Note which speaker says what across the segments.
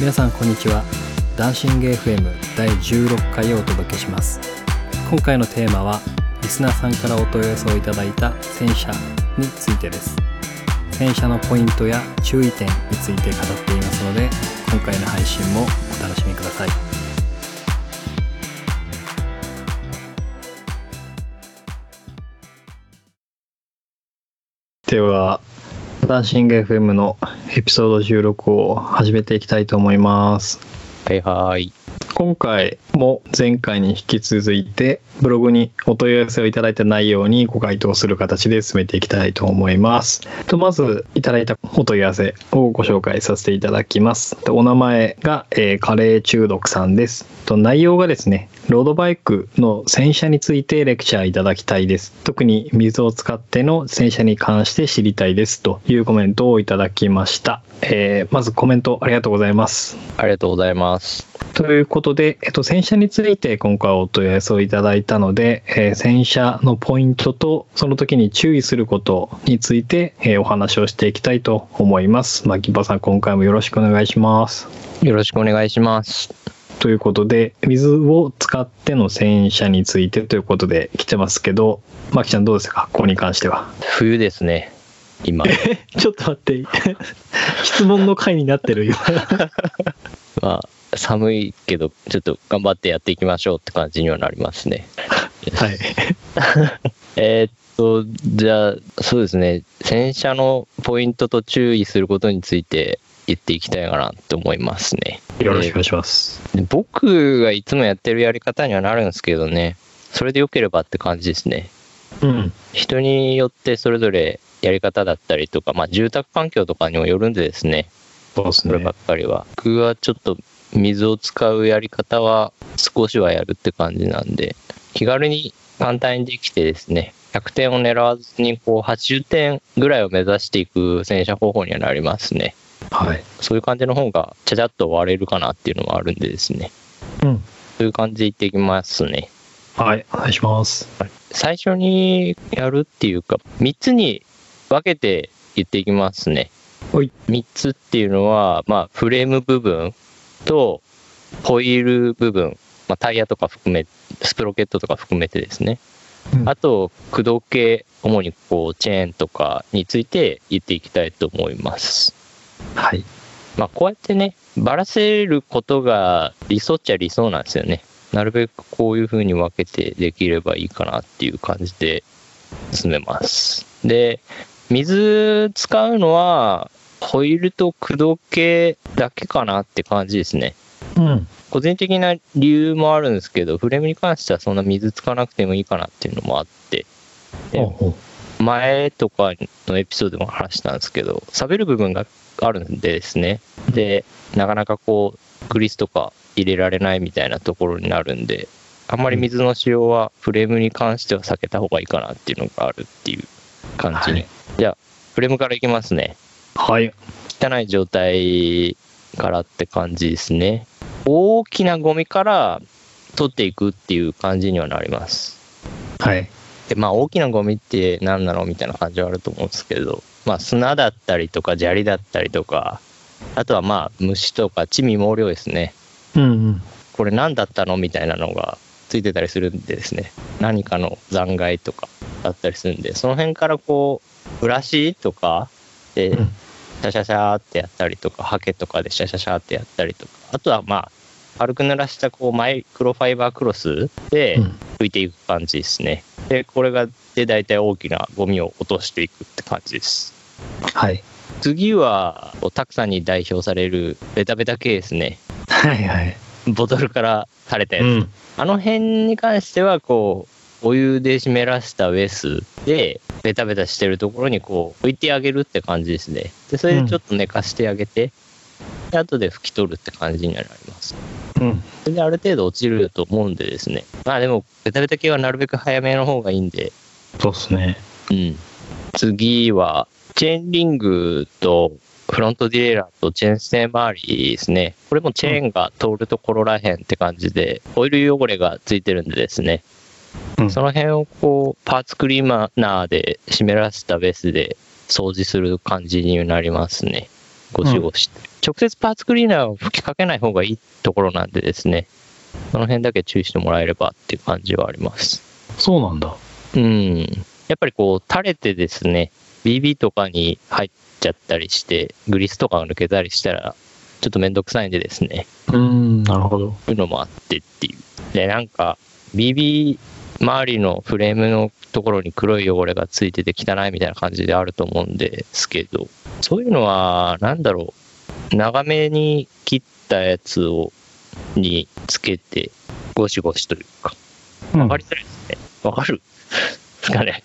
Speaker 1: 皆さんこんにちはダンシング FM 第16回をお届けします今回のテーマはリスナーさんからお問い合わせをいただいた洗車についてです洗車のポイントや注意点について語っていますので今回の配信もお楽しみくださいではダンシング FM のエピソード16を始めていきたいと思います
Speaker 2: はいはい。
Speaker 1: 今回も前回に引き続いてブログにお問い合わせをいただいた内容にご回答する形で進めていきたいと思います。とまずいただいたお問い合わせをご紹介させていただきます。とお名前が、えーカレー中毒さんです。と内容がですね、ロードバイクの洗車についてレクチャーいただきたいです。特に水を使っての洗車に関して知りたいですというコメントをいただきました。えーまずコメントありがとうございます。
Speaker 2: ありがとうございます。
Speaker 1: ということで、えっと、洗車について今回お問い合わせをいただいたので、えー洗車のポイントとその時に注意することについて、えーお話をしていきたいと思います。まあ、ギバさん今回もよろしくお願いします。
Speaker 2: よろしくお願いします。
Speaker 1: ということで、水を使っての洗車についてということで来てますけど、まきちゃんどうですかここに関しては。
Speaker 2: 冬ですね。今。
Speaker 1: ちょっと待って、 質問の回になってる 今。
Speaker 2: まあ、寒いけど、ちょっと頑張ってやっていきましょうって感じにはなりますね。
Speaker 1: はい。
Speaker 2: えーっと、じゃあ、そうですね。洗車のポイントと注意することについて言っていきたいかなと思いますね。
Speaker 1: よろしくお願いします。
Speaker 2: で僕がいつもやってるやり方にはなるんですけどね。それで良ければって感じですね。
Speaker 1: うん。
Speaker 2: 人によってそれぞれやり方だったりとか、まあ、住宅環境とかにもよるんでですね、
Speaker 1: そうです
Speaker 2: そればっかりは。僕はちょっと水を使うやり方は少しはやるって感じなんで、気軽に簡単にできてですね、100点を狙わずにこう80点ぐらいを目指していく洗車方法にはなりますね。
Speaker 1: はい。
Speaker 2: そういう感じの方がちゃちゃっと割れるかなっていうのもあるんでですね、
Speaker 1: うん。
Speaker 2: そういう感じでいっていきますね。
Speaker 1: はい。お願いします。
Speaker 2: 最初にやるっていうか3つに分けて言っていきますね。
Speaker 1: はい
Speaker 2: 3つっていうのは、まあ、フレーム部分とホイール部分、まあ、タイヤとか含めスプロケットとか含めてですね、
Speaker 1: うん
Speaker 2: あと駆動系主にこうチェーンとかについて言っていきたいと思います。
Speaker 1: はい。
Speaker 2: まあ、こうやってね、ばらせることが理想っちゃ理想なんですよね。なるべくこういう風に分けてできればいいかなっていう感じで進めます。で、水使うのは、ホイールと駆動系だけかなって感じですね。
Speaker 1: うん。
Speaker 2: 個人的な理由もあるんですけど、フレームに関してはそんな水使わなくてもいいかなっていうのもあって、で
Speaker 1: おうおう
Speaker 2: 前とかのエピソードでも話したんですけど、錆びる部分があるんでですね。で、なかなかこう、グリスとか入れられないみたいなところになるんで、あんまり水の使用はフレームに関しては避けた方がいいかなっていうのがあるっていう感じに。
Speaker 1: はい
Speaker 2: じゃあ、フレームからいきますね。
Speaker 1: はい。
Speaker 2: 汚い状態からって感じですね。大きなゴミから取っていくっていう感じにはなります。
Speaker 1: はい。
Speaker 2: でまあ大きなゴミって何なのみたいな感じはあると思うんですけど、まあ、砂だったりとか砂利だったりとかあとはまあ虫とか地味毛量ですね
Speaker 1: うんうん。
Speaker 2: これ何だったのみたいなのがついてたりするんでですね何かの残骸とかだったりするんでその辺からこうブラシとかで
Speaker 1: うん
Speaker 2: シャシャシャーってやったりとかハケとかでシャシャシャーってやったりとかあとはまあ軽く濡らしたこうマイクロファイバークロスで、
Speaker 1: うん
Speaker 2: 拭いていく感じですね。で、これが、で、大体大きなゴミを落としていくって感じです。
Speaker 1: はい。
Speaker 2: 次は、こうたくさんに代表されるベタベタ系ですね。
Speaker 1: はいはい。
Speaker 2: ボトルから垂れたや
Speaker 1: う
Speaker 2: つ。
Speaker 1: ん。
Speaker 2: あの辺に関しては、こう、お湯で湿らしたウェスで、ベタベタしてるところにこう、拭いてあげるって感じですね。で、それでちょっと寝かしてあげて、で後で拭き取るって感じになります。
Speaker 1: うん。
Speaker 2: それである程度落ちると思うんでですね。まあでも、ベタベタ系はなるべく早めの方がいいんで、
Speaker 1: そうですね。
Speaker 2: うん、次は、チェーンリングとフロントディレイラーとチェーンステン周りですね。これもチェーンが通るところらへんって感じで、オイル汚れがついてるんでですね。
Speaker 1: うん
Speaker 2: その辺をこう、パーツクリーナーで湿らせたベースで掃除する感じになりますね。ゴシゴシ。直接パーツクリーナーを吹きかけない方がいいところなんでですね、その辺だけ注意してもらえればっていう感じはあります。
Speaker 1: そうなんだ。
Speaker 2: うん。やっぱりこう、垂れてですね、BB とかに入っちゃったりして、グリスとかが抜けたりしたら、ちょっとめんどくさいんでですね、
Speaker 1: うーん、なるほど。
Speaker 2: いうのもあってっていう。で、なんか、BB 周りのフレームのところに黒い汚れがついてて汚いみたいな感じであると思うんですけど、そういうのは、なんだろう、長めに切ったやつを、につけて、ゴシゴシというか、
Speaker 1: うん
Speaker 2: わかりづらいですね。わかる ですかね。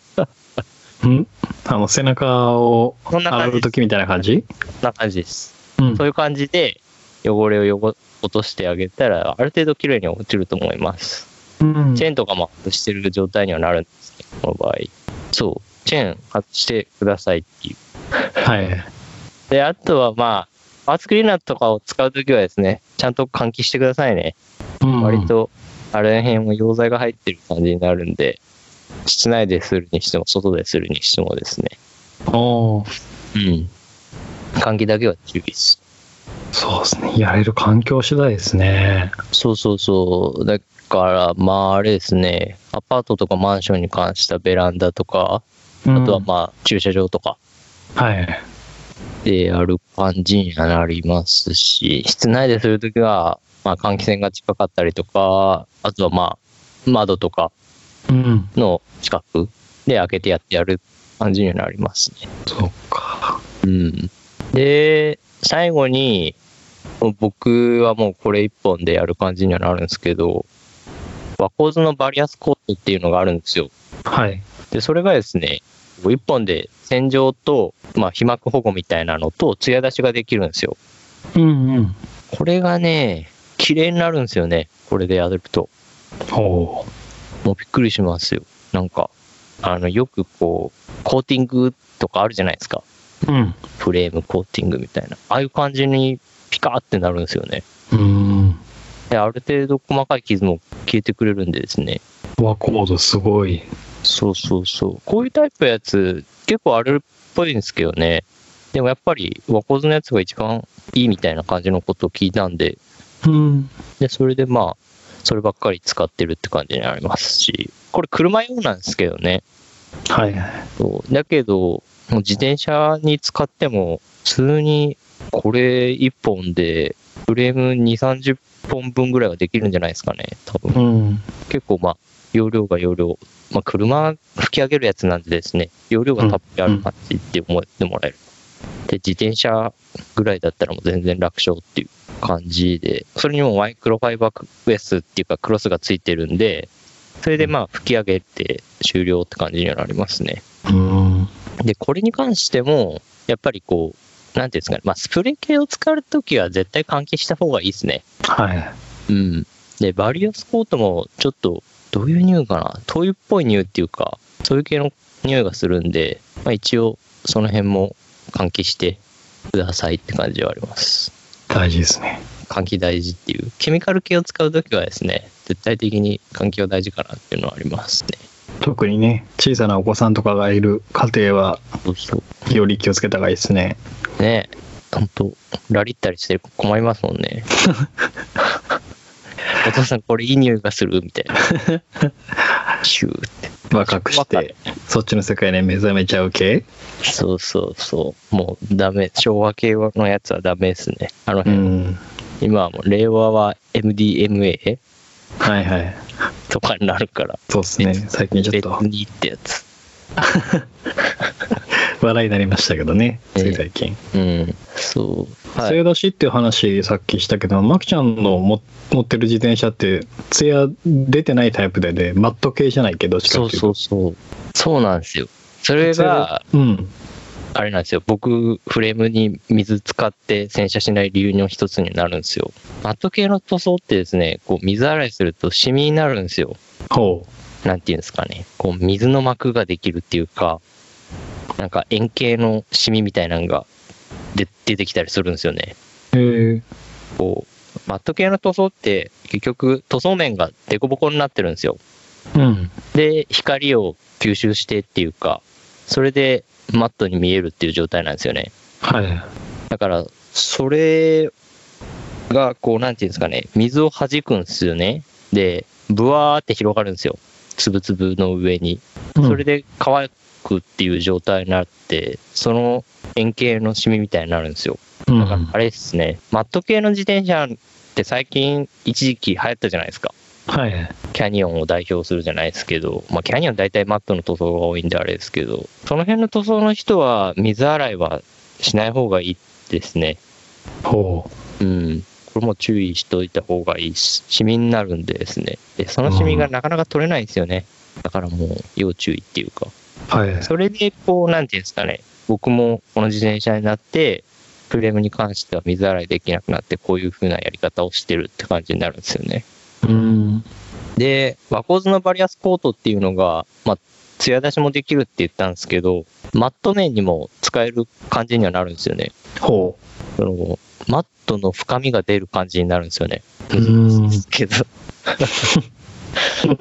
Speaker 1: うん、あの背中を
Speaker 2: こんな
Speaker 1: 洗
Speaker 2: 感じ
Speaker 1: う
Speaker 2: です。
Speaker 1: 時みたいな感じ
Speaker 2: こんな感じです。
Speaker 1: うん
Speaker 2: そういう感じで、汚れを汚落としてあげたら、ある程度綺麗に落ちると思います。
Speaker 1: うん
Speaker 2: チェーンとかも外してる状態にはなるんですね、この場合。そう、チェーン外してくださいっていう。
Speaker 1: はい。
Speaker 2: で、あとはまあ、パーツクリーナーとかを使うときはですね、ちゃんと換気してくださいね。
Speaker 1: うん
Speaker 2: 割。と、あれら辺も溶剤が入ってる感じになるんで、室内でするにしても、外でするにしてもですね、
Speaker 1: おー
Speaker 2: うん。換気だけは注意です。
Speaker 1: そうですね。やれる環境次第ですね。
Speaker 2: そうそうそう。だから、まああれですね、アパートとかマンションに関したベランダとか、あとはまあ駐車場とか
Speaker 1: あ、はい。
Speaker 2: である感じにはなりますし、室内でするときは、まあ換気扇が近かったりとか、あとはまあ窓とか
Speaker 1: うん。
Speaker 2: の近くで開けてやってやる感じにはなりますね。
Speaker 1: そうか。
Speaker 2: うん。で、最後に、僕はもうこれ一本でやる感じにはなるんですけど、和光図のバリアスコートっていうのがあるんですよ。
Speaker 1: はい。
Speaker 2: で、それがですね、一本で洗浄と、まあ、被膜保護みたいなのと、艶出しができるんですよ。
Speaker 1: うんうん。
Speaker 2: これがね、綺麗になるんですよね。これでやると。
Speaker 1: おー
Speaker 2: もうびっくりしますよ。なんか、あの、よくこう、コーティングとかあるじゃないですか。
Speaker 1: うん。
Speaker 2: フレームコーティングみたいな。ああいう感じにピカーってなるんですよね。
Speaker 1: うん。
Speaker 2: で、ある程度細かい傷も消えてくれるんでですね。
Speaker 1: ワコードすごい。
Speaker 2: そうそうそう。こういうタイプのやつ、結構あるっぽいんですけどね。でもやっぱり、和光図のやつが一番いいみたいな感じのことを聞いたんで、
Speaker 1: うん。
Speaker 2: で、それでまあ、そればっかり使ってるって感じになりますし、これ車用なんですけどね。
Speaker 1: はい。
Speaker 2: そうだけど、もう自転車に使っても、普通にこれ1本で、フレーム2、30本分ぐらいはできるんじゃないですかね、多分。
Speaker 1: うん。
Speaker 2: 結構まあ、容量が容量。まあ、車吹き上げるやつなんでですね、容量がたっぷりある感じって思ってもらえる。で、自転車ぐらいだったらもう全然楽勝っていう感じで、それにもマイクロファイバーベースっていうかクロスがついてるんで、それでまあ吹き上げて終了って感じにはなりますね。
Speaker 1: うん。
Speaker 2: で、これに関しても、やっぱりこう、なんていうんですかね、まあ、スプレー系を使うときは絶対換気した方がいいですね。
Speaker 1: はい。
Speaker 2: うん。で、バリアスコートも、ちょっと、どういう匂いかな、灯油っぽい匂いっていうか、そういう系の匂いがするんで、まあ、一応、その辺も換気してくださいって感じはあります。
Speaker 1: 大事ですね。
Speaker 2: 換気大事っていう、ケミカル系を使うときはですね、絶対的に換気は大事かなっていうのはありますね。
Speaker 1: 特にね、小さなお子さんとかがいる家庭は、
Speaker 2: そうそう。
Speaker 1: より気をつけた方がいいですね。
Speaker 2: ねえ、ほんと、ラリったりして困りますもん ね。お父さん、これいい匂いがするみ たいな。シューって。
Speaker 1: 若くして、そっちの世界に目覚めちゃう系
Speaker 2: そうそうそう。もうダメ。昭和系のやつはダメですね。あの
Speaker 1: う
Speaker 2: 辺、
Speaker 1: ん。
Speaker 2: 今はもう令和は MDMA
Speaker 1: はいはい。
Speaker 2: とかになるから、
Speaker 1: そうですね。最近ちょっ
Speaker 2: 別
Speaker 1: と
Speaker 2: にってやつ。
Speaker 1: 笑いになりましたけどね。つい最近。
Speaker 2: うん。そう。は
Speaker 1: 艶
Speaker 2: い。
Speaker 1: 出しっていう話さっきしたけど、マキちゃんのも持ってる自転車って、艶出てないタイプでね、マット系じゃないけど、どっちか
Speaker 2: そ
Speaker 1: っ
Speaker 2: う
Speaker 1: ていう
Speaker 2: そう
Speaker 1: と。
Speaker 2: そう。そうなんですよ。それが、
Speaker 1: うん。
Speaker 2: あれなんですよ。僕、フレームに水使って洗車しない理由の一つになるんですよ。マット系の塗装ってですね、こう水洗いするとシミになるんですよ。
Speaker 1: ほ
Speaker 2: なんていうんですかね、こう水の膜ができるっていうか、なんか円形のシミみたいなのがで出てきたりするんですよね。
Speaker 1: う。へえ。
Speaker 2: こう、マット系の塗装って結局塗装面が凸凹になってるんですよ。
Speaker 1: うん。
Speaker 2: で、光を吸収してっていうか、それでマットに見えるっていう状態なんですよね。
Speaker 1: はい。
Speaker 2: だから、それが、こう、なんていうんですかね、水を弾くんですよね。で、ブワーって広がるんですよ。つぶつぶの上に。それ
Speaker 1: で、
Speaker 2: で乾くっていう状態になって、その円形のシミみたいになるんですよ。
Speaker 1: うん
Speaker 2: だからあれですね、マット系の自転車って最近一時期流行ったじゃないですか。
Speaker 1: はい。
Speaker 2: キャニオンを代表するじゃないですけど、まあ、キャニオン大体マットの塗装が多いんであれですけど、その辺の塗装の人は水洗いはしない方がいいですね。
Speaker 1: ほ
Speaker 2: うん。これも注意しといた方がいいし、シミになるんでですね。で、そのシミがなかなか取れないんですよね。だからもう要注意っていうか。
Speaker 1: う。はい。
Speaker 2: それで、こう、なんていうんですかね、僕もこの自転車になって、フレームに関しては水洗いできなくなって、こういう風なやり方をしてるって感じになるんですよね。
Speaker 1: うん。
Speaker 2: で、和光図のバリアスコートっていうのが、まあ、艶出しもできるって言ったんですけど、マット面にも使える感じにはなるんですよね。
Speaker 1: ほ
Speaker 2: そのマットの深みが出る感じになるんですよね。
Speaker 1: う。うん。
Speaker 2: けど。そ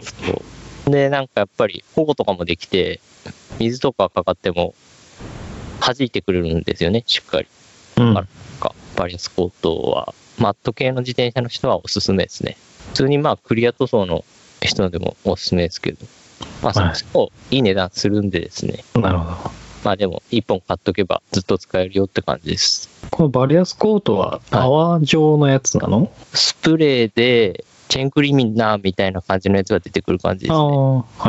Speaker 2: うで、なんかやっぱり保護とかもできて、水とかかかっても弾いてくれるんですよね、しっかり。
Speaker 1: うん
Speaker 2: あかバリアスコートは、マット系の自転車の人はおすすめですね。普通にまあクリア塗装の人でもおすすめですけど、まあそ
Speaker 1: は
Speaker 2: っ
Speaker 1: い
Speaker 2: ちもいい値段するんでですね、
Speaker 1: なるほど。
Speaker 2: まあでも1本買っとけばずっと使えるよって感じです。
Speaker 1: このバリアスコートは泡状のやつなの、
Speaker 2: スプレーで、チェーンクリミナーみたいな感じのやつが出てくる感じです
Speaker 1: ああ、
Speaker 2: ね。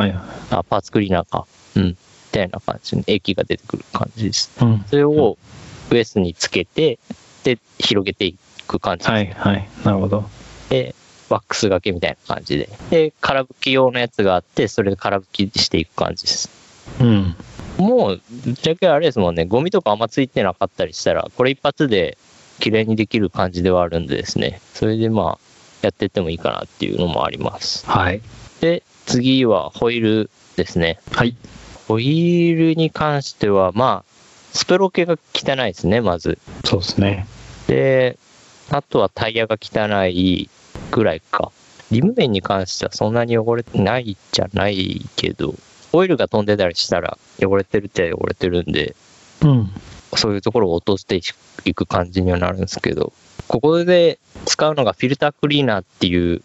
Speaker 1: はいは
Speaker 2: あ、パーツクリーナーか。うん。みたいな感じの液が出てくる感じです。
Speaker 1: い。うん。
Speaker 2: それをウエストにつけて、で、広げていく感じです。
Speaker 1: はいはい。なるほど。
Speaker 2: で、ワックスがけみたいな感じで。で、空拭き用のやつがあって、それで空拭きしていく感じです。
Speaker 1: うん。
Speaker 2: もう、ぶっちゃけあれですもんね、ゴミとかあんまついてなかったりしたら、これ一発で綺麗にできる感じではあるんでですね、それでまあ、やってってもいいかなっていうのもあります。
Speaker 1: はい。
Speaker 2: で、次はホイールですね。
Speaker 1: はい。
Speaker 2: ホイールに関しては、まあ、スプロ系が汚いですね、まず。
Speaker 1: そうですね。
Speaker 2: で、あとはタイヤが汚いぐらいか。リム面に関してはそんなに汚れてないじゃないけど、オイルが飛んでたりしたら汚れてるって汚れてるんで、
Speaker 1: うん。
Speaker 2: そういうところを落としていく感じにはなるんですけど、ここで使うのがフィルタークリーナーっていう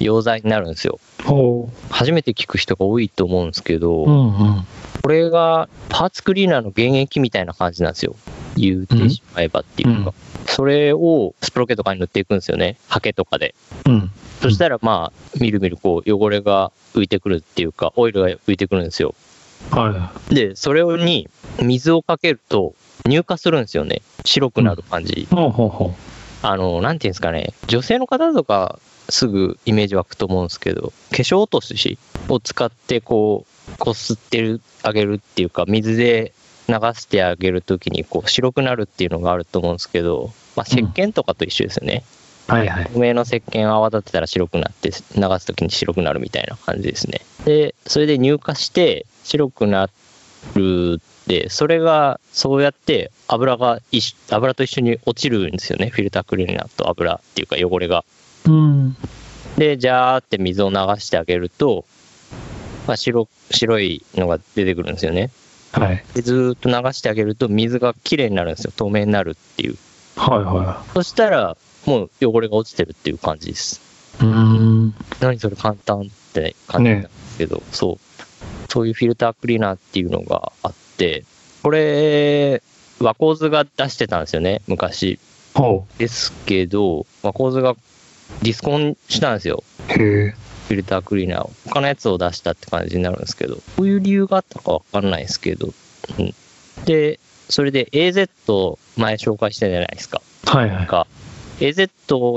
Speaker 2: 溶剤になるんですよ。
Speaker 1: ほ
Speaker 2: 初めて聞く人が多いと思うんですけど、
Speaker 1: う。うんうん。
Speaker 2: これがパーツクリーナーの原液みたいな感じなんですよ。言うてしまえばっていうか。
Speaker 1: うん
Speaker 2: それをスプロケとかに塗っていくんですよね。ハケとかで。
Speaker 1: うん。
Speaker 2: そしたらまあ、みるみるこう汚れが浮いてくるっていうか、オイルが浮いてくるんですよ。
Speaker 1: は
Speaker 2: で、それに水をかけると乳化するんですよね。白くなる感じ。
Speaker 1: い。ほうほうほ
Speaker 2: あの、なんていうんですかね、女性の方とかすぐイメージ湧くと思うんですけど、化粧落としを使ってこう、こすってる、あげるっていうか、水で流してあげるときにこう白くなるっていうのがあると思うんですけど、まあ、石鹸とかと一緒ですよね。
Speaker 1: う。はいはい。
Speaker 2: 透明の石鹸を泡立てたら白くなって、流すときに白くなるみたいな感じですね。で、それで乳化して白くなるで、それがそうやって油が一緒油と一緒に落ちるんですよね。フィルタークリーナーと油っていうか汚れが。
Speaker 1: うん。
Speaker 2: で、ジャーって水を流してあげると、まあ、白白いのが出てくるんですよね。
Speaker 1: はい。
Speaker 2: でずーっと流してあげると水がきれいになるんですよ。透明になるっていう。
Speaker 1: はいは
Speaker 2: そしたらもう汚れが落ちてるっていう感じです。
Speaker 1: い。うん。
Speaker 2: 何それ簡単って感じなんですけど、そう。そういうフィルタークリーナーっていうのがあって、これ、和光図が出してたんですよね、昔。
Speaker 1: ほ
Speaker 2: ですけど、和光図がディスコンしたんですよ、
Speaker 1: う。へえ。
Speaker 2: フィルタークリーナーを。他のやつを出したって感じになるんですけど、こういう理由があったかわかんないですけど、うん。で、それで AZ 前紹介したじゃないですか。
Speaker 1: はいは
Speaker 2: ないん。か、AZ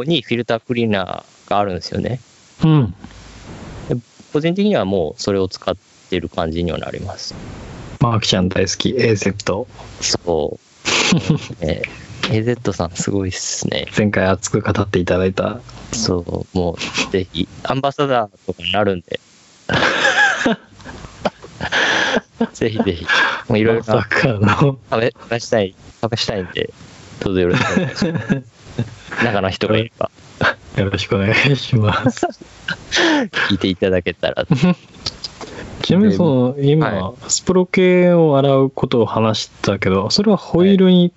Speaker 2: にフィルタークリーナーがあるんですよね。
Speaker 1: うん。
Speaker 2: 個人的にはもうそれを使ってる感じにはなります。
Speaker 1: マーキちゃん大好き。エーセプト。
Speaker 2: そう。えー AZ さんすごいっすね。
Speaker 1: 前回熱く語っていただいた。
Speaker 2: そう、もうぜひ、アンバサダーとかになるん で。ぜひぜひ、もういろいろ
Speaker 1: まさ
Speaker 2: な
Speaker 1: かの。
Speaker 2: 試試したい、試したいんで、どうぞよろしくお願いし ます。中の人がいれば
Speaker 1: よろしくお願いします。
Speaker 2: 聞いていただけたら。
Speaker 1: ちなみにその、今、
Speaker 2: は
Speaker 1: スプロ系を洗うことを話したけど、それはホイールに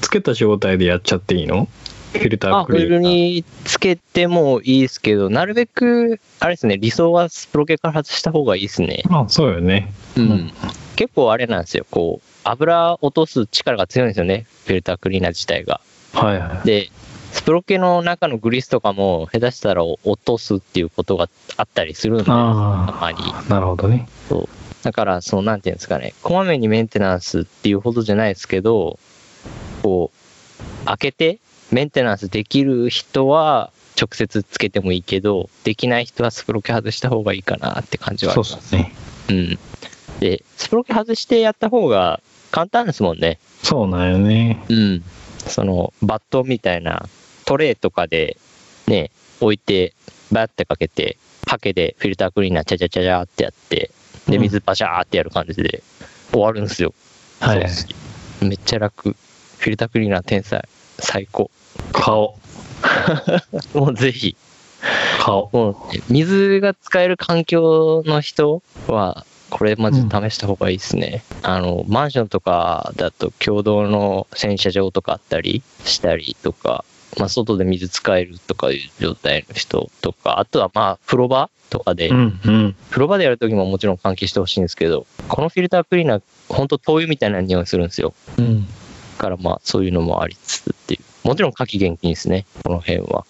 Speaker 1: つけた状態でやっちゃっていいの、フィルタ
Speaker 2: ま
Speaker 1: ー
Speaker 2: あ、
Speaker 1: ク
Speaker 2: フ
Speaker 1: リ
Speaker 2: ィ
Speaker 1: エイタ
Speaker 2: ル
Speaker 1: ー
Speaker 2: につけてもいいですけど、なるべく、あれですね、理想はプロ系から外した方がいいですね。
Speaker 1: まあ、そうよね。
Speaker 2: うん。結構あれなんですよ、こう、油落とす力が強いんですよね、フィルタークリーナー自体が。
Speaker 1: はいはい。
Speaker 2: で、スプロケの中のグリスとかも、下手したら落とすっていうことがあったりするんで、た
Speaker 1: あ
Speaker 2: まに。
Speaker 1: あ、なるほどね。
Speaker 2: だから、その、なんていうんですかね、こまめにメンテナンスっていうほどじゃないですけど、こう、開けてメンテナンスできる人は直接つけてもいいけど、できない人はスプロケ外した方がいいかなって感じはあ
Speaker 1: そ
Speaker 2: る
Speaker 1: うですね。
Speaker 2: うん。で、スプロケ外してやった方が簡単ですもんね。
Speaker 1: そうなんよね。
Speaker 2: うん。その、バットみたいなトレイとかで、ね、置いて、バッてかけて、ハケでフィルタークリーナー、チャチャチャチャってやって、で、
Speaker 1: うん
Speaker 2: 水パシャーってやる感じで終わるんですよ。
Speaker 1: はい
Speaker 2: そうっすめっちゃ楽。フィルタークリーナー天才。最高。
Speaker 1: 顔、
Speaker 2: もうぜひ。
Speaker 1: 顔。
Speaker 2: もう、水が使える環境の人は、これマジで試した方がいいですね。あの、マンションとかだと共同の洗車場とかあったりしたりとか、まあ、外で水使えるとかいう状態の人とか、あとはまあ、風呂場とかで、
Speaker 1: うんうん。
Speaker 2: 風呂場でやるときももちろん換気してほしいんですけど、このフィルタークリーナー、ほんと灯油みたいな匂いするんですよ。
Speaker 1: うん。
Speaker 2: からまあそういうのもありつつっていう。もちろん夏季厳禁ですね、この辺は。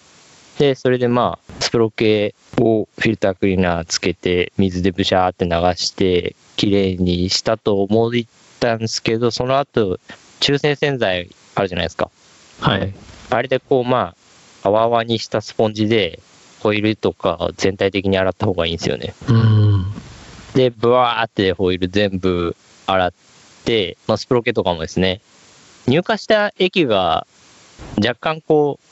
Speaker 2: で、それでまあ、スプロ系をフィルタークリーナーつけて、水でブシャーって流して、綺麗にしたと思ったんですけど、その後、中性洗剤あるじゃないですか。
Speaker 1: はい。
Speaker 2: あれでこうまあ、泡泡にしたスポンジで、ホイールとか全体的に洗った方がいいんですよね。
Speaker 1: うん。
Speaker 2: で、ブワーってホイール全部洗って、まあ、スプロケとかもですね、入荷した液が若干こう、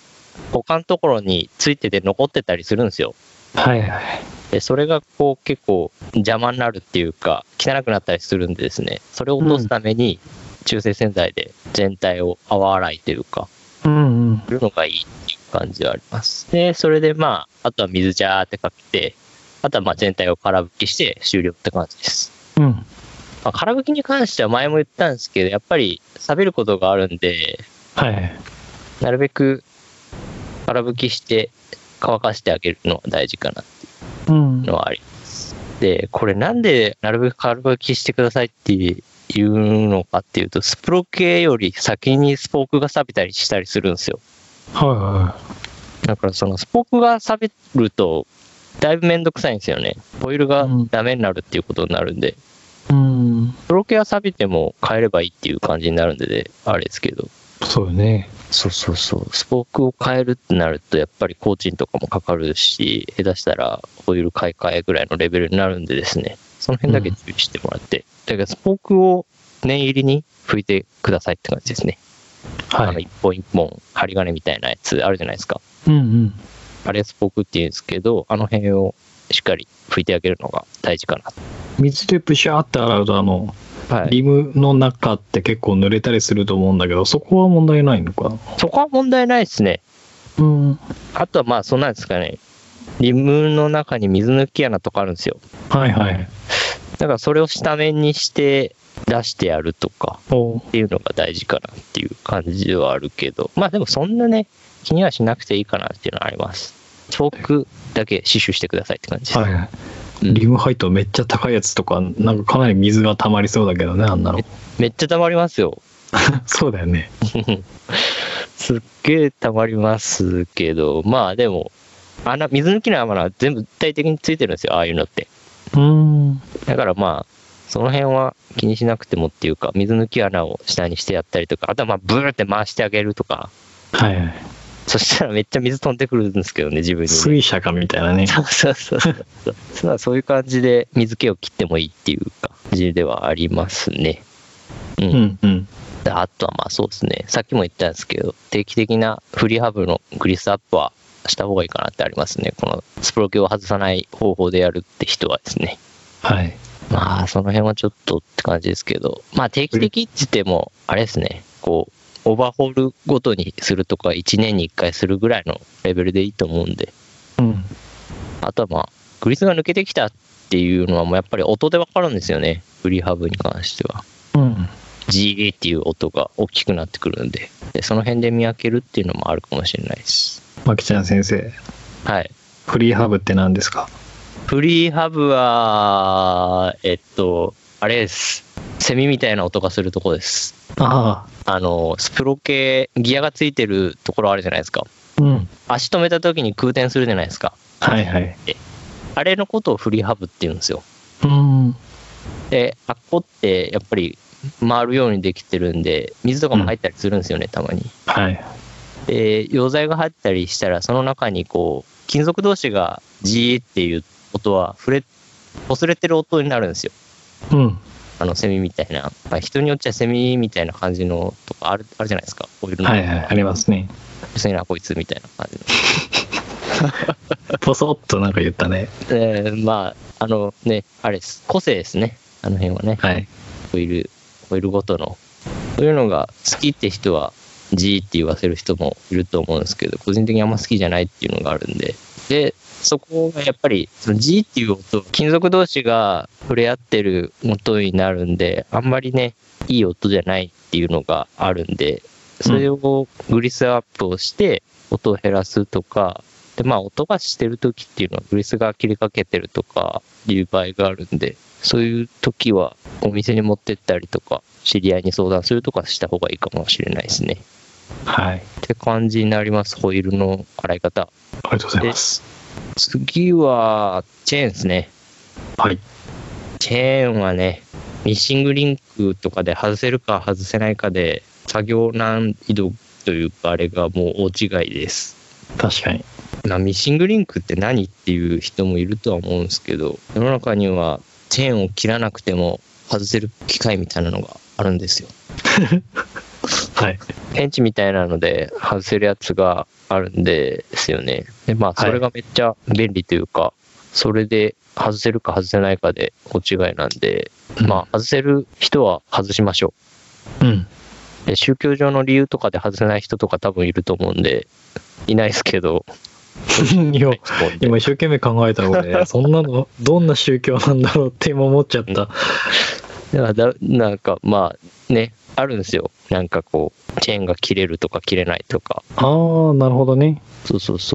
Speaker 2: 他のところについてて残ってたりするんですよ。
Speaker 1: はいはい。
Speaker 2: で、それがこう結構邪魔になるっていうか、汚くなったりするんでですね、それを落とすために中性洗剤で全体を泡洗いというか、
Speaker 1: うんうん。
Speaker 2: するのがいいっていう感じはあります。で、それでまあ、あとは水ジャーってかけて、あとはまあ全体を空拭きして終了って感じです。
Speaker 1: うん。
Speaker 2: まあ、空拭きに関しては前も言ったんですけど、やっぱり錆びることがあるんで、
Speaker 1: はい。
Speaker 2: なるべく空拭きして乾かしてあげるのは大事かなって
Speaker 1: うん
Speaker 2: いうのはあります。で、これなんでなるべく空拭きしてくださいっていうのかっていうと、スプロ系より先にスポークが錆びたりしたりするんですよ。
Speaker 1: はいは
Speaker 2: だからそのスポークが錆びると、だいぶめんどくさいんですよね。ホイールがダメになるっていうことになるんで。
Speaker 1: い。うん。
Speaker 2: プロケは錆びても変えればいいっていう感じになるんで、ね、あれですけど。
Speaker 1: そうよね。
Speaker 2: そうそうそう。スポークを変えるってなると、やっぱり工賃とかもかかるし、下手したらホイール買い替えぐらいのレベルになるんでですね、その辺だけ注意してもらって。だからスポークを念入りに拭いてくださいって感じですね。あ
Speaker 1: は
Speaker 2: の、
Speaker 1: い。
Speaker 2: 一本一本、針金みたいなやつあるじゃないですか。
Speaker 1: うんうん。
Speaker 2: あれスポークって言うんですけど、あの辺をしっかり拭いてあげるのが大事か
Speaker 1: 水でプシャーって洗うと、あの、
Speaker 2: な。は
Speaker 1: リムの中って結構濡れたりすると思うんだけど、そこは問題ないのか
Speaker 2: そこは問題ないですね。
Speaker 1: な。うん。
Speaker 2: あとはまあ、そうなんですかね。リムの中に水抜き穴とかあるんですよ。
Speaker 1: はいはい。
Speaker 2: だからそれを下面にして出してやるとか
Speaker 1: おう
Speaker 2: っていうのが大事かなっていう感じではあるけど、まあでもそんなね、気にはしなくていいかなっていうのはあります。チョークだけ刺繍してくださいって感じです。
Speaker 1: はいはい。
Speaker 2: うん
Speaker 1: リム配当めっちゃ高いやつとか、なんかかなり水が溜まりそうだけどね、あん なの。
Speaker 2: めっちゃ溜まりますよ。
Speaker 1: そうだよね。
Speaker 2: すっげえ溜まりますけど、まあでも、穴、水抜きの穴は全部体的についてるんですよ、ああいうのって。
Speaker 1: うん。
Speaker 2: だからまあ、その辺は気にしなくてもっていうか、水抜き穴を下にしてやったりとか、あとはまあ、ブーって回してあげるとか、
Speaker 1: はいはい。
Speaker 2: そしたらめっちゃ水飛んでくるんですけどね、自分に、ね。
Speaker 1: 水車かみたいなね。
Speaker 2: そうそうそうそう。まあそういう感じで水気を切ってもいいっていう感じではありますね。う。
Speaker 1: うんんうん。
Speaker 2: であとはまあそうですね。さっきも言ったんですけど、定期的なフリーハブのグリスアップはした方がいいかなってありますね。このスプロケを外さない方法でやるって人はですね。
Speaker 1: はい。
Speaker 2: まあその辺はちょっとって感じですけど、まあ定期的って言っても、あれですね。こう、オーバーホールごとにするとか、1年に1回するぐらいのレベルでいいと思うんで、
Speaker 1: うん。
Speaker 2: あとはまあ、グリスが抜けてきたっていうのはもうやっぱり音でわかるんですよね。フリーハブに関しては。
Speaker 1: うん。
Speaker 2: ジーっていう音が大きくなってくるんでで、その辺で見分けるっていうのもあるかもしれないです。
Speaker 1: マキちゃん先生、
Speaker 2: はい。
Speaker 1: フリーハブって何ですか
Speaker 2: フリーハブは、えっと、あれです。セミみたいな音がするとこです。
Speaker 1: あ
Speaker 2: あの、スプロ系、ギアがついてるところあるじゃないですか。
Speaker 1: あ、うん。
Speaker 2: 足止めた時に空転するじゃないですか。
Speaker 1: はいはい。
Speaker 2: あれのことをフリーハブって言うんですよ。
Speaker 1: うん。
Speaker 2: で、あっこってやっぱり回るようにできてるんで、水とかも入ったりするんですよね、たまに。
Speaker 1: はい。
Speaker 2: で、溶剤が入ったりしたら、その中にこう、金属同士がジーっていう音は、触れ、擦れてる音になるんですよ。
Speaker 1: うん。
Speaker 2: あの、セミみたいな。まあ、人によっちゃセミみたいな感じのとかある、あるじゃないですか。オイルの。
Speaker 1: はいはい、ありますね。
Speaker 2: うるせえな、こいつみたいな感じの。
Speaker 1: ポソッとなんか言ったね。
Speaker 2: えーまあ、あのね、あれです。個性ですね。あの辺はね。
Speaker 1: はい。
Speaker 2: オイル、オイルごとの。そういうのが好きって人は、G って言わせる人もいると思うんですけど、個人的にあんま好きじゃないっていうのがあるんで。で、そこがやっぱり、その G っていう音、金属同士が触れ合ってる音になるんで、あんまりね、いい音じゃないっていうのがあるんで、それをグリスアップをして、音を減らすとか、で、まあ、音がしてる時っていうのは、グリスが切れかけてるとかいう場合があるんで、そういう時は、お店に持ってったりとか、知り合いに相談するとかした方がいいかもしれないですね。
Speaker 1: はい。
Speaker 2: って感じになります、ホイールの洗い方。
Speaker 1: ありがとうございます。
Speaker 2: 次は、チェーンですね。
Speaker 1: はい。
Speaker 2: チェーンはね、ミッシングリンクとかで外せるか外せないかで、作業難易度というか、あれがもう大違いです。
Speaker 1: 確かに。
Speaker 2: なミッシングリンクって何っていう人もいるとは思うんですけど世の中にはチェーンを切らなくても外せる機械みたいなのがあるんですよ
Speaker 1: はい。
Speaker 2: ペンチみたいなので外せるやつがあるんですよねでまあ
Speaker 1: はい
Speaker 2: それがめっちゃ便利というか、それで外せるか外せないかでお違いなんでまあ外せる人は外しましょ
Speaker 1: あ。うん。
Speaker 2: うで宗教上の理由とかで外せない人とか多分いると思うんでいないですけど
Speaker 1: いや、
Speaker 2: はい
Speaker 1: 今一生懸命考えた 俺、そんなの、どんな宗教なんだろうって今思っちゃった。
Speaker 2: だからだなんかまあねあるんですよなんかこうチェーンが切れるとか切れないとか
Speaker 1: ああ、なるほどね。
Speaker 2: そうそうそ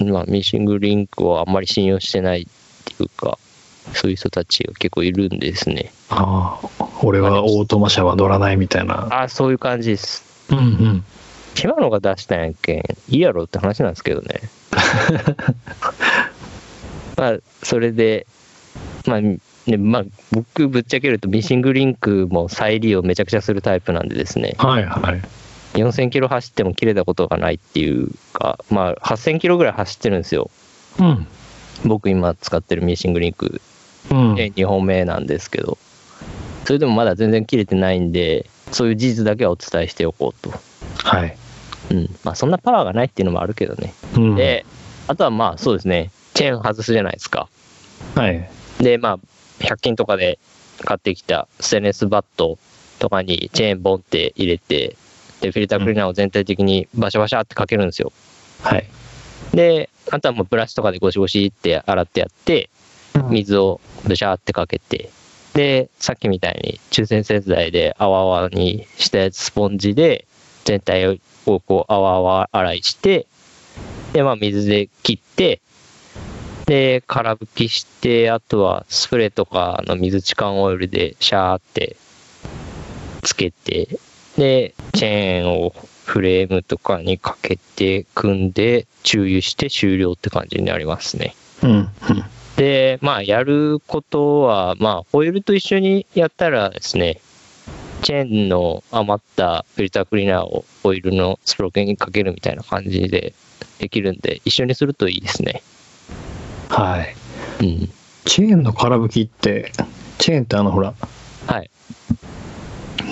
Speaker 2: うまあミーシングリンクをあんまり信用してないっていうかそういう人たちが結構いるんですね
Speaker 1: ああ、俺はオートマ車は乗らないみたいな。
Speaker 2: ああそういう感じです
Speaker 1: うんうん。
Speaker 2: 島野が出したんやけんいいやろって話なんですけど ねまあそれでまあねまあ、僕ぶっちゃけるとミーシングリンクも再利用めちゃくちゃするタイプなんでですね
Speaker 1: はいはい。
Speaker 2: 4000キロ走っても切れたことがないっていうか、まあ、8000キロぐらい走ってるんですよ。
Speaker 1: うん。
Speaker 2: 僕今使ってるミーシングリンク
Speaker 1: うん。
Speaker 2: で2本目なんですけど、それでもまだ全然切れてないんで、そういう事実だけはお伝えしておこうと。
Speaker 1: はい。
Speaker 2: うん。まあ、そんなパワーがないっていうのもあるけどね。
Speaker 1: うん。
Speaker 2: で、あとはまあ、そうですね。チェーン外すじゃないですか。
Speaker 1: はい。
Speaker 2: で、まあ、100均とかで買ってきたステンレスバットとかにチェーンボンって入れて、で、フィルタークリーナーを全体的にバシャバシャってかけるんですよ。
Speaker 1: はい。
Speaker 2: で、あとはもうブラシとかでゴシゴシって洗ってやって、水をブシャーってかけて、で、さっきみたいに中性洗剤で泡泡にしたやつスポンジで全体をこう泡泡洗いして、で、まあ水で切って、で、空拭きして、あとはスプレーとかの水置換オイルでシャーってつけて、で、チェーンをフレームとかにかけて組んで注油して終了って感じになりますね。
Speaker 1: うん。うん。
Speaker 2: で、まあ、やることは、まあ、ホイールと一緒にやったらですね、チェーンの余ったフィルタークリーナーをホイールのスプロケにかけるみたいな感じでできるんで、一緒にするといいですね。
Speaker 1: はい。
Speaker 2: うん。
Speaker 1: チェーンの空拭きって、チェーンってあのほら、
Speaker 2: はい。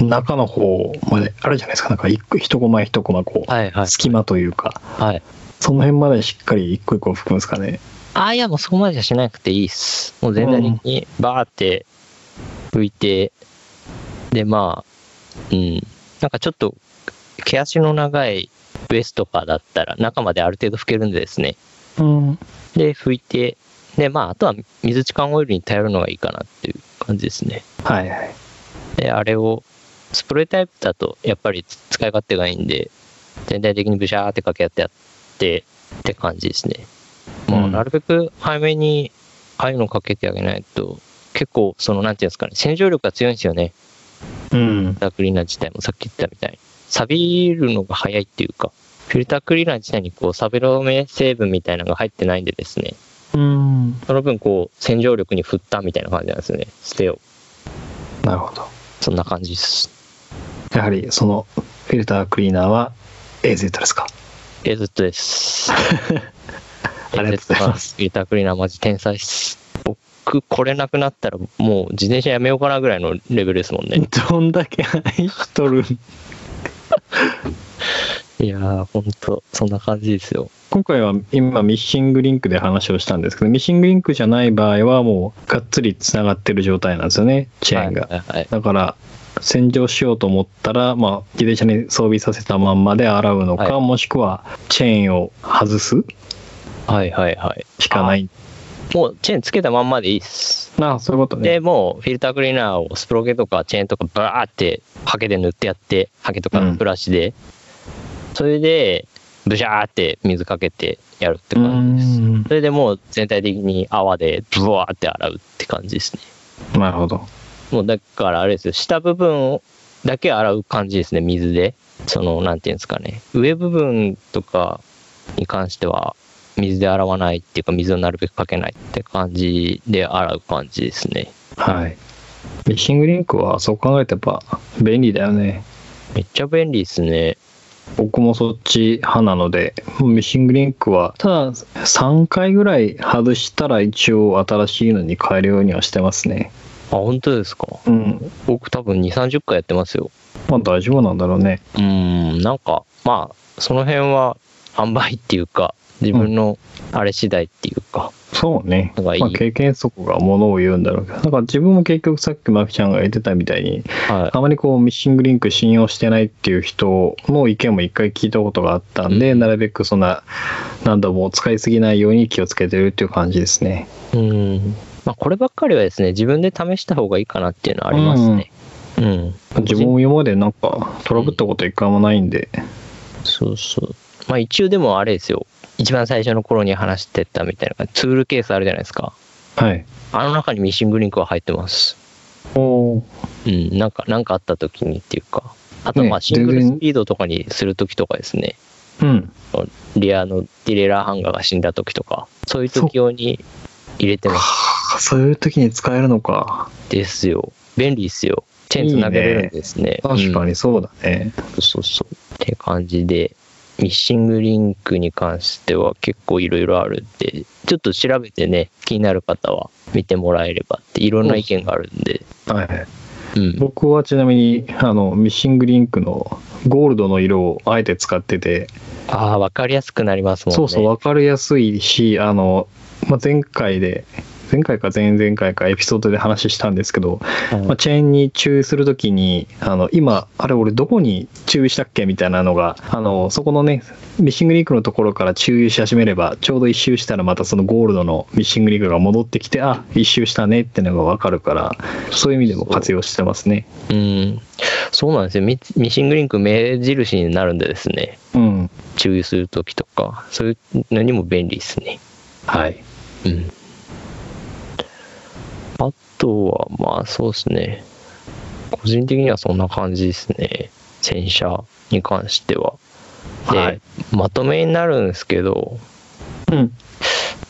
Speaker 1: 中の方まで、あるじゃないですか、なんか一個一コマ一コマこう、
Speaker 2: はいは
Speaker 1: 隙間というか、
Speaker 2: はい。
Speaker 1: その辺までしっかり一個一個拭くんですかね。
Speaker 2: ああ、いや、もうそこまではしなくていいっす。もう全体にバーって拭いて、で、まあ、うん。なんかちょっと、毛足の長いウエストかだったら、中まである程度拭けるんでですね。
Speaker 1: うん。
Speaker 2: で、拭いて、で、まあ、あとは水置換オイルに頼るのがいいかなっていう感じですね。
Speaker 1: はいはい。
Speaker 2: で、あれをスプレータイプだとやっぱり使い勝手がいいんで、全体的にブシャーって掛け合ってやってって感じですね。ま
Speaker 1: う
Speaker 2: あ、
Speaker 1: ん
Speaker 2: なるべく早めにああいうのかけてあげないと、結構、その、なんていうんですかね、洗浄力が強いんですよね。
Speaker 1: うん
Speaker 2: フィルタークリーナー自体もさっき言ったみたいに、錆びるのが早いっていうか、フィルタークリーナー自体にこう、錆び止め成分みたいなのが入ってないんでですね、
Speaker 1: うん
Speaker 2: その分こう、洗浄力に振ったみたいな感じなんですよね、捨てを。
Speaker 1: なるほど
Speaker 2: そんな感じです。
Speaker 1: やはりそのフィルタークリーナーは AZ ですか
Speaker 2: えずっとです。
Speaker 1: ありがとうございます。
Speaker 2: フィルタークリーナーマジ天才っす。僕、これなくなったらもう自転車やめようかなぐらいのレベルですもんね。
Speaker 1: どんだけ愛しとる
Speaker 2: いやー、ほんと、そんな感じですよ。
Speaker 1: 今回は今ミッシングリンクで話をしたんですけどミッシングリンクじゃない場合はもうがっつりつながってる状態なんですよねチェーンが、
Speaker 2: はいはいはい
Speaker 1: だから洗浄しようと思ったら、まあ、自転車に装備させたまんまで洗うのか、
Speaker 2: は
Speaker 1: もしくはチェーンを外す
Speaker 2: はいはいはい。
Speaker 1: しかない
Speaker 2: もうチェーンつけたまんまでいいっす。
Speaker 1: なあそういうことね
Speaker 2: で、もうフィルタークリーナーをスプロケとかチェーンとかバーってハケで塗ってやって、ハケとか
Speaker 1: うん
Speaker 2: ブラシで、それでブシャーって水かけてやるって
Speaker 1: う
Speaker 2: 感じです。
Speaker 1: ん
Speaker 2: それでもう全体的に泡でブワーって洗うって感じですね。
Speaker 1: なるほど
Speaker 2: もうだからあれですよ、下部分だけ洗う感じですね、水で。その、なんていうんですかね、上部分とかに関しては、水で洗わないっていうか、水をなるべくかけないって感じで洗う感じですね。
Speaker 1: はいミッシングリンクはそう考えてやっぱ便利だよね
Speaker 2: めっちゃ便利ですね。
Speaker 1: 僕もそっち派なのでミッシングリンクはただ3回ぐらい外したら一応新しいのに変えるようにはしてますね
Speaker 2: あ、本当ですか。
Speaker 1: うん
Speaker 2: 僕多分2、30回やってますよ。
Speaker 1: まあ大丈夫なんだろうね
Speaker 2: うーん、なんか、まあ、その辺は、販売っていうか、自分のあれ次第っていうか、
Speaker 1: そうね
Speaker 2: のがいい
Speaker 1: まあ、経験則がものを言うんだろうけどだから自分も結局さっきマキちゃんが言ってたみたいに
Speaker 2: はい。
Speaker 1: あまりこうミッシングリンク信用してないっていう人の意見も一回聞いたことがあったんで、
Speaker 2: うん
Speaker 1: なるべくそんな何度も使いすぎないように気をつけてるっていう感じですね
Speaker 2: うーん。まあ、こればっかりはですね、自分で試した方がいいかなっていうのはありますね。うん、
Speaker 1: 自分も今までなんかトラブったこと一回もないんで、
Speaker 2: そうそう。まあ、一応でもあれですよ。一番最初の頃に話してたみたいな、ツールケースあるじゃないですか。
Speaker 1: はい
Speaker 2: あの中にミッシングリンクは入ってます。
Speaker 1: お
Speaker 2: うん、なんか、なんかあった時にっていうか、あと
Speaker 1: ね
Speaker 2: まあシングル
Speaker 1: 全然
Speaker 2: スピードとかにする時とかですね、
Speaker 1: うん
Speaker 2: リアのディレイラーハンガーが死んだ時とか、そういう時用に入れてます
Speaker 1: そういう時に使えるのか
Speaker 2: ですよ。便利ですよ。チェーンつなげれるんですね。
Speaker 1: 確か
Speaker 2: うん
Speaker 1: にそうだね、
Speaker 2: そうそう。って感じで、ミッシングリンクに関しては結構いろいろあるんで、ちょっと調べてね、気になる方は見てもらえればって、いろんな意見があるんで、
Speaker 1: はい
Speaker 2: うん。
Speaker 1: 僕はちなみにあのミッシングリンクのゴールドの色をあえて使ってて、
Speaker 2: ああ、わかりやすくなりますもんね。
Speaker 1: そうそう分かりやすいしあの、まあ、前回で前回か前々回かエピソードで話したんですけど、
Speaker 2: うん。
Speaker 1: まあ、チェーンに注意するときにあの今あれ俺どこに注意したっけみたいなのがあのそこのねミッシングリンクのところから注意し始めればちょうど一周したらまたそのゴールドのミッシングリンクが戻ってきてあ一周したねってのが分かるからそういう意味でも活用してますね。
Speaker 2: うん、そうなんですよ。ミミシングリンク目印になるんでですね、
Speaker 1: うん
Speaker 2: 注意するときとか、そういうのにも便利ですね。
Speaker 1: はい、
Speaker 2: うん。あとは、まあそうですね。個人的にはそんな感じですね。洗車に関しては。で、
Speaker 1: はい
Speaker 2: まとめになるんですけど、
Speaker 1: うん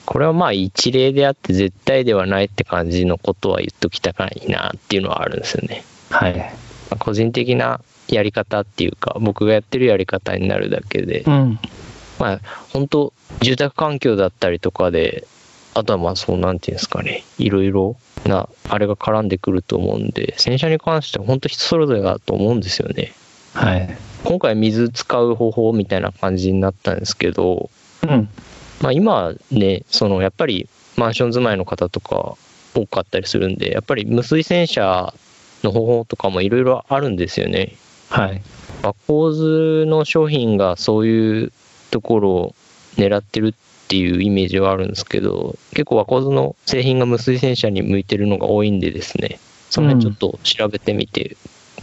Speaker 2: これはまあ一例であって絶対ではないって感じのことは言っときたかいなっていうのはあるんですよね。
Speaker 1: はい
Speaker 2: まあ個人的なやり方っていうか僕がやってるやり方になるだけで、
Speaker 1: うん
Speaker 2: まあ本当住宅環境だったりとかであとはまあそうなんていうんですかねいろいろなあれが絡んでくると思うんで洗車に関しては本当人それぞれだと思うんですよね
Speaker 1: はい
Speaker 2: 今回水使う方法みたいな感じになったんですけど、
Speaker 1: うん
Speaker 2: まあ、今ねそのやっぱりマンション住まいの方とか多かったりするんでやっぱり無水洗車の方法とかもいろいろあるんですよね
Speaker 1: はい
Speaker 2: まあ、構図の商品がそういうところを狙ってるっていうイメージはあるんですけど結構和光図の製品が無水洗車に向いてるのが多いんでですねその辺ちょっと調べてみて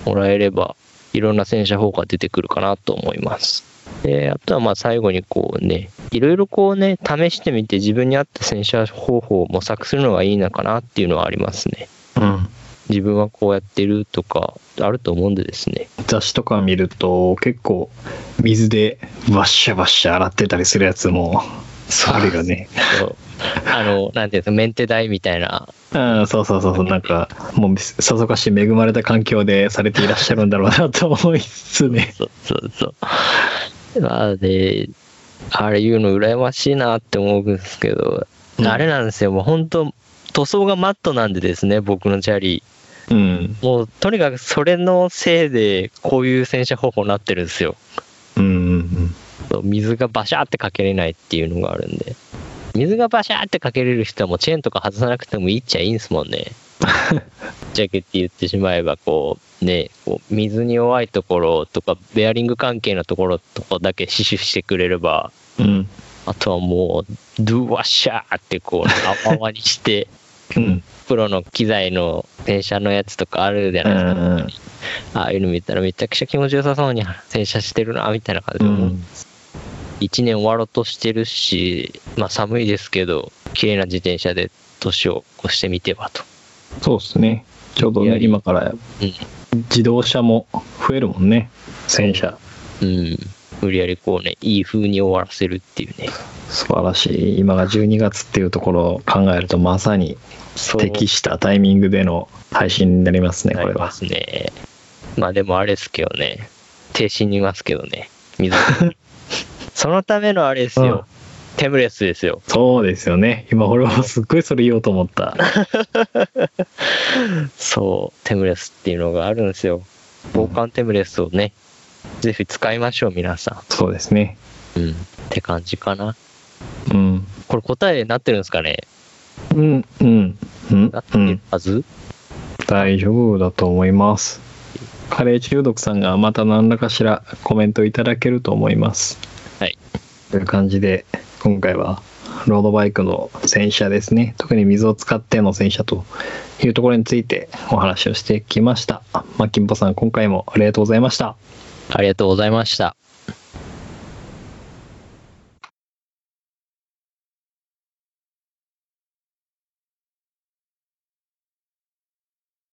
Speaker 2: もらえれば、いろんな戦車法が出てくるかなと思います。で、あとはまあ最後にこうね、いろいろこうね、試してみて自分に合った洗車方法を模索するのがいいのかなっていうのはありますね。
Speaker 1: うん。
Speaker 2: 自分はこうやってるとか、あると思うんでですね。
Speaker 1: 雑誌とか見ると結構水でバッシャバッシャ洗ってたりするやつもあるよね。
Speaker 2: そうあの、なんていうんですか、メンテ代みたいな、
Speaker 1: うん、そうそうそうそう、なんかもうさぞかし恵まれた環境でされていらっしゃるんだろうなと思いつつね。
Speaker 2: そうそうそう。まあで、あれ言うの羨ましいなって思うんですけど、
Speaker 1: うん
Speaker 2: あれなんですよ、もう本当塗装がマットなんでですね、僕のチャリ。
Speaker 1: うん。
Speaker 2: もうとにかくそれのせいで、こういう洗車方法になってるんですよ。
Speaker 1: うんうん
Speaker 2: そう水がバシャーってかけれないっていうのがあるんで。水がバシャーってかけれる人はもうチェーンとか外さなくてもいいっちゃいいんですもん ね。ジャケって言ってしまえばこうね、こう水に弱いところとかベアリング関係のところとかだけ死守してくれれば、
Speaker 1: うん。うん。
Speaker 2: あとはもうドゥワッシャーってこう泡泡にして、
Speaker 1: うん。
Speaker 2: プロの機材の洗車のやつとかあるじゃないですか。
Speaker 1: うん
Speaker 2: ああいうの見たらめちゃくちゃ気持ちよさそうに洗車してるなみたいな感じ
Speaker 1: う
Speaker 2: で思うん
Speaker 1: ん。
Speaker 2: 一年終わろうとしてるし、まあ寒いですけど、綺麗な自転車で年を越してみてはと。
Speaker 1: そうですね。ちょうど
Speaker 2: いや
Speaker 1: ね、
Speaker 2: いい
Speaker 1: 今から自動車も増えるもんね。戦車。
Speaker 2: うん。無理やりこうね、いい風に終わらせるっていうね。
Speaker 1: 素晴らしい。今が12月っていうところを考えるとまさに
Speaker 2: そう
Speaker 1: 適したタイミングでの配信になりますね、こ
Speaker 2: な
Speaker 1: れ
Speaker 2: り
Speaker 1: は
Speaker 2: ま。すね。まあでもあれですけどね、停止にいますけどね、水。 そのためのあれですよ、テムレスですよ。
Speaker 1: そうですよね。今俺もすっごいそれ言おうと思った。
Speaker 2: そう、テムレスっていうのがあるんですよ。防寒テムレスをね、ぜひ使いましょう、皆さ
Speaker 1: そうですね。
Speaker 2: ん。うん。って感じかな。
Speaker 1: うん。
Speaker 2: これ答えになってるんですかね
Speaker 1: うん、うん、うん
Speaker 2: なって
Speaker 1: う
Speaker 2: る
Speaker 1: ん。
Speaker 2: はず、
Speaker 1: 大丈夫だと思います。カレー中毒さんがまた何らかしらコメントいただけると思います。
Speaker 2: はい。
Speaker 1: という感じで、今回はロードバイクの洗車ですね。特に水を使っての洗車というところについてお話をしてきました。マッキンポさん、今回もありがとうございました。
Speaker 2: ありがとうございました。